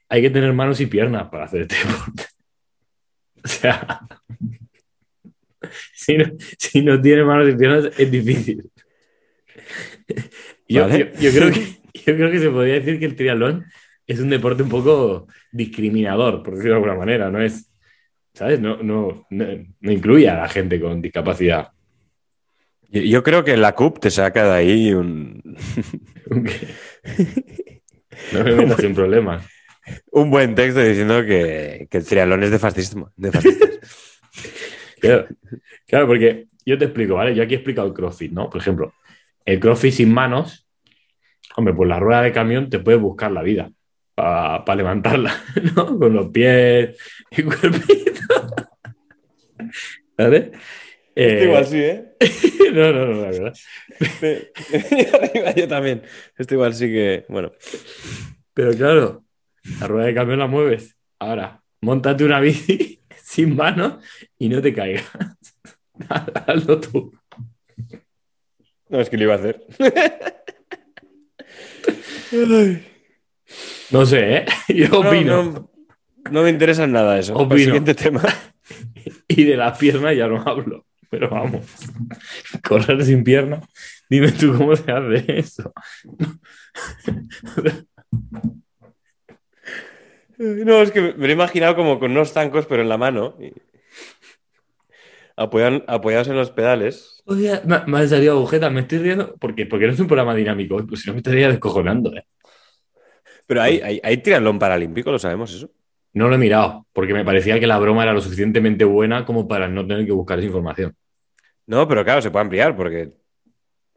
[SPEAKER 1] hay que tener manos y piernas para hacer este deporte. O sea, si, no, si no tiene manos y piernas, es difícil. Yo,
[SPEAKER 2] Vale.
[SPEAKER 1] yo- yo creo que, yo creo que se podría decir que el triatlón es un deporte un poco discriminador, por decirlo de alguna manera. No es, ¿sabes? No, no, no, no incluye a la gente con discapacidad.
[SPEAKER 2] Yo, yo creo que la CUP te saca de ahí un,
[SPEAKER 1] no me metas en problemas.
[SPEAKER 2] un buen texto diciendo que, que el triatlón es de fascismo. De fascistas.
[SPEAKER 1] Claro, claro, porque yo te explico, ¿vale? Yo aquí he explicado el crossfit, ¿no? Por ejemplo, el crossfit sin manos, hombre, pues la rueda de camión te puede buscar la vida para levantarla, ¿no? Con los pies y cuerpito. ¿Vale? Eh,
[SPEAKER 2] sí, ¿eh?
[SPEAKER 1] No, no, no, la verdad.
[SPEAKER 2] yo también. Esto igual sí que. Bueno.
[SPEAKER 1] Pero claro, la rueda de camión la mueves. Ahora, montate una bici sin manos y no te caigas. Hazlo tú.
[SPEAKER 2] No, es que lo iba a hacer.
[SPEAKER 1] No sé, ¿eh? Yo
[SPEAKER 2] No,
[SPEAKER 1] opino.
[SPEAKER 2] No, no me interesa en nada eso.
[SPEAKER 1] Opino.
[SPEAKER 2] Para el siguiente tema.
[SPEAKER 1] Y de las piernas ya no hablo. Pero vamos, correr sin pierna, dime tú cómo se hace eso.
[SPEAKER 2] No, es que me lo he imaginado como con unos zancos, pero en la mano. y- Apoyan- apoyados en los pedales.
[SPEAKER 1] O sea, me, me han salido agujetas, me estoy riendo porque, porque no es un programa dinámico, pues si no me estaría descojonando. ¿eh?
[SPEAKER 2] Pero hay,
[SPEAKER 1] Pues
[SPEAKER 2] hay, hay triatlón paralímpico, lo sabemos eso.
[SPEAKER 1] No lo he mirado, porque me parecía que la broma era lo suficientemente buena como para no tener que buscar esa información.
[SPEAKER 2] No, pero claro, se puede ampliar porque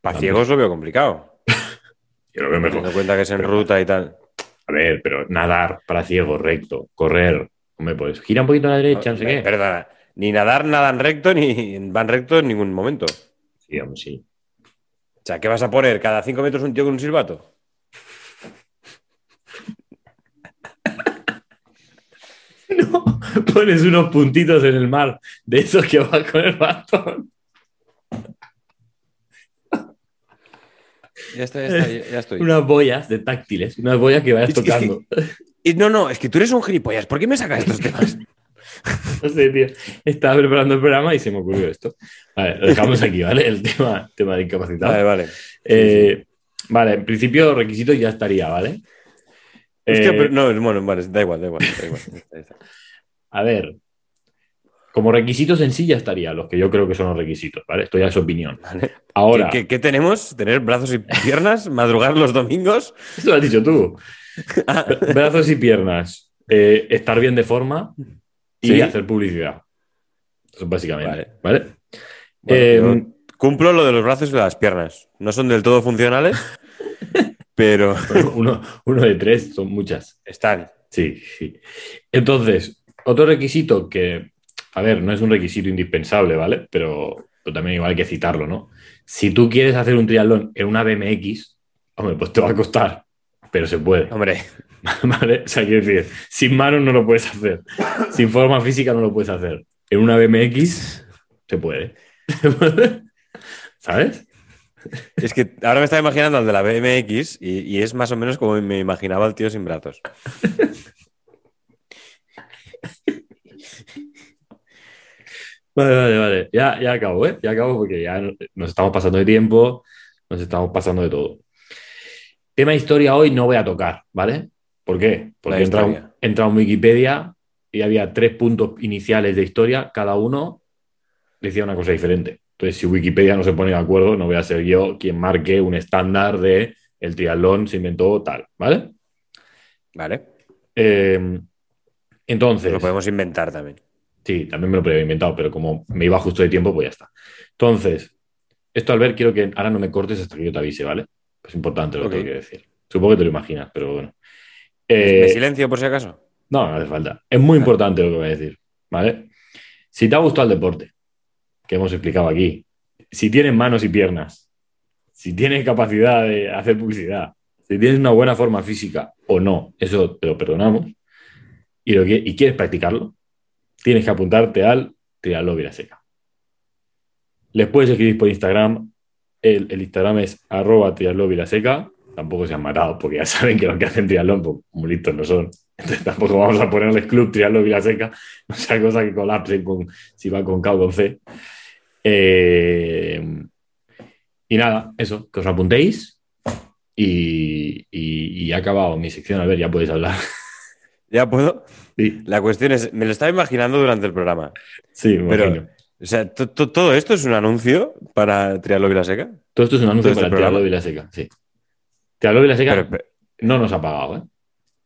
[SPEAKER 2] para
[SPEAKER 1] Ampliar.
[SPEAKER 2] ciegos lo veo complicado.
[SPEAKER 1] Yo lo veo mejor.
[SPEAKER 2] Teniendo en cuenta que es en ruta y tal.
[SPEAKER 1] A ver, pero nadar para ciego, recto, correr. Hombre, pues gira un poquito a la derecha, no sé qué.
[SPEAKER 2] Perdona, ni nadar nadan recto ni van recto en ningún momento. O
[SPEAKER 1] Sí, hombre, sí.
[SPEAKER 2] sea, ¿qué vas a poner? ¿Cada cinco metros un tío con un silbato?
[SPEAKER 1] No, pones unos puntitos en el mar de esos que vas con el bastón.
[SPEAKER 2] Ya está,
[SPEAKER 1] ya está,
[SPEAKER 2] ya estoy.
[SPEAKER 1] Unas boyas de táctiles, unas boyas que vayas
[SPEAKER 2] Es que-
[SPEAKER 1] tocando.
[SPEAKER 2] Y no, no, es que tú eres un gilipollas. ¿Por qué me sacas estos temas?
[SPEAKER 1] No sé, tío. Estaba preparando el programa y se me ocurrió esto. Vale, lo dejamos aquí, ¿vale? El tema, tema de incapacitado.
[SPEAKER 2] Vale, vale.
[SPEAKER 1] Eh, vale, en principio los requisitos ya estaría, ¿vale?
[SPEAKER 2] Hostia,
[SPEAKER 1] Eh,
[SPEAKER 2] pero- no, bueno, vale, da igual, da igual. Da igual. Ya está, ya está.
[SPEAKER 1] A ver, como requisitos en sí ya estaría, los que yo creo que son los requisitos, ¿vale? Esto ya es opinión.
[SPEAKER 2] Vale.
[SPEAKER 1] Ahora,
[SPEAKER 2] ¿Qué, qué- qué tenemos? ¿Tener brazos y piernas? ¿Madrugar los domingos?
[SPEAKER 1] eso lo has dicho tú.
[SPEAKER 2] Ah.
[SPEAKER 1] Bra- Brazos y piernas, eh, estar bien de forma y
[SPEAKER 2] Sí.
[SPEAKER 1] hacer publicidad. Eso básicamente,
[SPEAKER 2] Vale.
[SPEAKER 1] ¿vale?
[SPEAKER 2] Bueno,
[SPEAKER 1] Eh,
[SPEAKER 2] yo- Cumplo lo de los brazos y las piernas. No son del todo funcionales, pero
[SPEAKER 1] Bueno, uno, uno de tres son muchas.
[SPEAKER 2] están.
[SPEAKER 1] Sí, sí. Entonces, otro requisito que, a ver, no es un requisito indispensable, ¿vale? Pero, pero también igual hay que citarlo, ¿no? Si tú quieres hacer un triatlón en una BMX, hombre, pues te va a costar, pero se puede,
[SPEAKER 2] Hombre,
[SPEAKER 1] ¿vale? O sea, quiero decir, sin manos no lo puedes hacer, sin forma física no lo puedes hacer. En una BMX se puede. ¿Sabes?
[SPEAKER 2] es que ahora me estaba imaginando al de la BMX y, y es más o menos como me imaginaba al tío sin brazos.
[SPEAKER 1] Vale, vale, vale. Ya, ya acabo, ¿eh? Ya acabo porque ya no- nos estamos pasando de tiempo, nos estamos pasando de todo. Tema historia hoy no voy a tocar, ¿vale? ¿Por qué? Porque
[SPEAKER 2] La
[SPEAKER 1] he entrado,
[SPEAKER 2] historia.
[SPEAKER 1] he entrado en Wikipedia y había tres puntos iniciales de historia, cada uno decía una cosa diferente. Entonces, si Wikipedia no se pone de acuerdo, no voy a ser yo quien marque un estándar de el triatlón se inventó tal, ¿vale?
[SPEAKER 2] Vale,
[SPEAKER 1] Eh, entonces...
[SPEAKER 2] lo podemos inventar también.
[SPEAKER 1] Sí, también me lo podría haber inventado, pero como me iba justo de tiempo, pues ya está. Entonces, esto al ver, quiero que ahora no me cortes hasta que yo te avise, ¿vale? Es importante lo que
[SPEAKER 2] Ok.
[SPEAKER 1] tengo que decir. Supongo que te lo imaginas, pero bueno.
[SPEAKER 2] ¿Me
[SPEAKER 1] Eh,
[SPEAKER 2] silencio por si acaso?
[SPEAKER 1] no, no hace falta. Es muy
[SPEAKER 2] Ah.
[SPEAKER 1] importante lo que voy a decir, ¿vale? Si te ha gustado el deporte, que hemos explicado aquí, si tienes manos y piernas, si tienes capacidad de hacer publicidad, si tienes una buena forma física o no, eso te lo perdonamos, y, lo que, y quieres practicarlo, tienes que apuntarte al Triatlón Viraseca. Les puedes escribir por Instagram, el, el Instagram es arroba Triatlón Viraseca, tampoco se han matado porque ya saben que los que hacen triatlón, pues muy listos no son. Entonces tampoco vamos a ponerles Club Triatlón Vilaseca, no sea cosa que colapsen con, si va con K o con C. Eh, y nada, eso, que os apuntéis. Y, y- y ha acabado mi sección. A ver, ya podéis hablar.
[SPEAKER 2] ¿Ya puedo?
[SPEAKER 1] Sí,
[SPEAKER 2] La cuestión es, me lo estaba imaginando durante el programa.
[SPEAKER 1] sí, me
[SPEAKER 2] Pero-
[SPEAKER 1] imagino.
[SPEAKER 2] O sea, to- to- ¿todo esto es un anuncio para Trial la Seca?
[SPEAKER 1] Todo esto es un anuncio
[SPEAKER 2] Todo este
[SPEAKER 1] para
[SPEAKER 2] programa.
[SPEAKER 1] Teatro Vilaseca. Sí. Teatro Vilaseca
[SPEAKER 2] Pero- pero-
[SPEAKER 1] no nos ha pagado, ¿eh?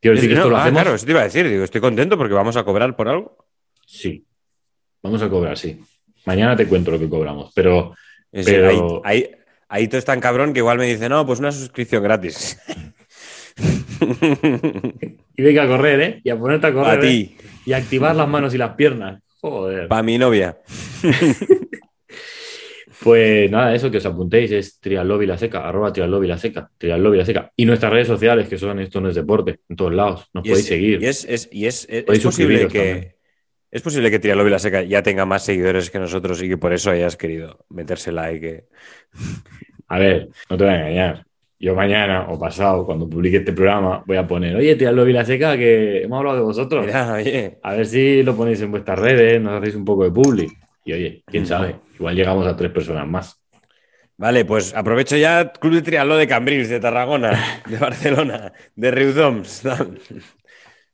[SPEAKER 1] Quiero decir que
[SPEAKER 2] no,
[SPEAKER 1] esto lo
[SPEAKER 2] ah,
[SPEAKER 1] hacemos.
[SPEAKER 2] Claro, eso te iba a decir. Digo, estoy contento porque vamos a cobrar por algo.
[SPEAKER 1] Sí. Vamos a cobrar, sí. Mañana te cuento lo que cobramos, pero
[SPEAKER 2] Es
[SPEAKER 1] Pero-
[SPEAKER 2] decir, ahí, ahí, ahí todo es tan cabrón que igual me dice, no, pues una suscripción gratis.
[SPEAKER 1] y venga a correr, ¿eh? Y a ponerte a correr
[SPEAKER 2] a
[SPEAKER 1] ¿eh?
[SPEAKER 2] ti,
[SPEAKER 1] y a activar las manos y las piernas. Joder.
[SPEAKER 2] para mi novia.
[SPEAKER 1] Pues nada, eso que os apuntéis es trialobilaseca, arroba trialobilaseca, trialobilaseca. Y nuestras redes sociales, que son esto no es deporte, en todos lados, nos
[SPEAKER 2] Y
[SPEAKER 1] podéis
[SPEAKER 2] es-
[SPEAKER 1] seguir.
[SPEAKER 2] Y es, es- y es- es- es
[SPEAKER 1] Podéis
[SPEAKER 2] posible
[SPEAKER 1] suscribiros
[SPEAKER 2] que.
[SPEAKER 1] también.
[SPEAKER 2] Es posible que Trialobi la Seca ya tenga más seguidores que nosotros y que por eso hayas querido metérsela y que.
[SPEAKER 1] A ver, no te voy a engañar. Yo mañana o pasado, cuando publique este programa, voy a poner, oye, trialobilaseca, que hemos hablado de vosotros.
[SPEAKER 2] Mira, oye.
[SPEAKER 1] A ver si lo ponéis en vuestras redes, nos hacéis un poco de public. Y oye, quién sabe, igual llegamos a tres personas más.
[SPEAKER 2] Vale, pues aprovecho ya Club de Trialó de Cambrils, de Tarragona, de Barcelona, de Riudoms. tal.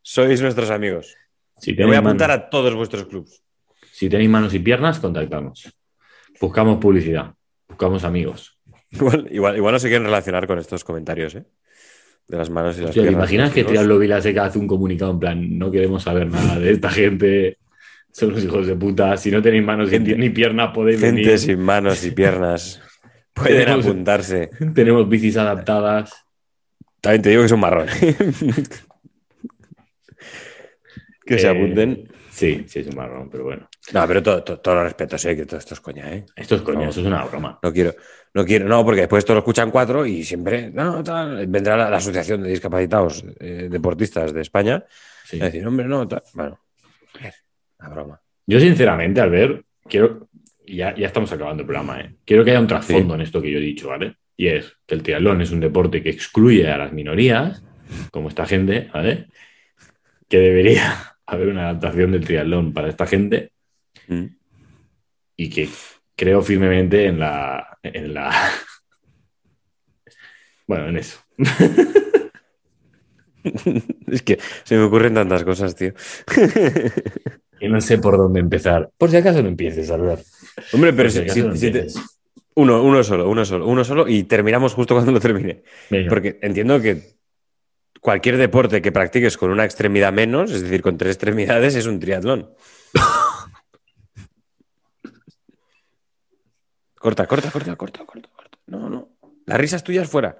[SPEAKER 2] Sois nuestros amigos.
[SPEAKER 1] Si
[SPEAKER 2] Me voy
[SPEAKER 1] tenéis,
[SPEAKER 2] a apuntar
[SPEAKER 1] manos,
[SPEAKER 2] a todos vuestros clubs.
[SPEAKER 1] si tenéis manos y piernas, contactamos. Buscamos publicidad, buscamos amigos.
[SPEAKER 2] Igual, igual, igual no se quieren relacionar con estos comentarios, ¿eh? De las manos y las
[SPEAKER 1] Hostia, ¿Te
[SPEAKER 2] piernas.
[SPEAKER 1] imaginas
[SPEAKER 2] de
[SPEAKER 1] que
[SPEAKER 2] los hijos.
[SPEAKER 1] Triablo Vilaseca hace un comunicado en plan, no queremos saber nada de esta gente, son unos hijos de puta, si no tenéis manos y-
[SPEAKER 2] Gente-
[SPEAKER 1] ni piernas podéis
[SPEAKER 2] Gente
[SPEAKER 1] venir,
[SPEAKER 2] sin manos y piernas pueden
[SPEAKER 1] Tenemos-
[SPEAKER 2] apuntarse.
[SPEAKER 1] tenemos bicis adaptadas.
[SPEAKER 2] También te digo que son marrón. que se
[SPEAKER 1] Eh,
[SPEAKER 2] apunten.
[SPEAKER 1] Sí, sí, es un marrón, pero bueno.
[SPEAKER 2] No, pero todo, todo, todo lo respeto, sé que todo esto es coña, ¿eh?
[SPEAKER 1] Esto es coño,
[SPEAKER 2] No.
[SPEAKER 1] eso es una broma.
[SPEAKER 2] No quiero, no quiero, no, porque después todo lo escuchan cuatro y siempre, no, tal, vendrá la, la Asociación de Discapacitados eh, Deportistas de España
[SPEAKER 1] Sí.
[SPEAKER 2] a decir, hombre, no, tal. Bueno, la broma.
[SPEAKER 1] Yo, sinceramente, al ver, quiero. Ya, ya estamos acabando el programa, ¿eh? Quiero que haya un trasfondo en esto que yo he dicho, ¿vale? Y es que el triatlón es un deporte que excluye a las minorías, como esta gente, ¿vale? Que debería haber una adaptación del triatlón para esta gente
[SPEAKER 2] Mm.
[SPEAKER 1] y que creo firmemente en la. En la... Bueno, en eso.
[SPEAKER 2] Es que se me ocurren tantas cosas, tío.
[SPEAKER 1] Y no sé por dónde empezar. Por si acaso no empieces, Albert.
[SPEAKER 2] Hombre, pero
[SPEAKER 1] Por si
[SPEAKER 2] si,
[SPEAKER 1] acaso
[SPEAKER 2] si-
[SPEAKER 1] no
[SPEAKER 2] si te-
[SPEAKER 1] empieces.
[SPEAKER 2] uno, uno solo, uno solo, uno solo y terminamos justo cuando lo termine.
[SPEAKER 1] Venga.
[SPEAKER 2] Porque entiendo que cualquier deporte que practiques con una extremidad menos, es decir, con tres extremidades, es un triatlón. corta, corta, corta, corta, corta, corta. No, no. Las risas tuyas fuera.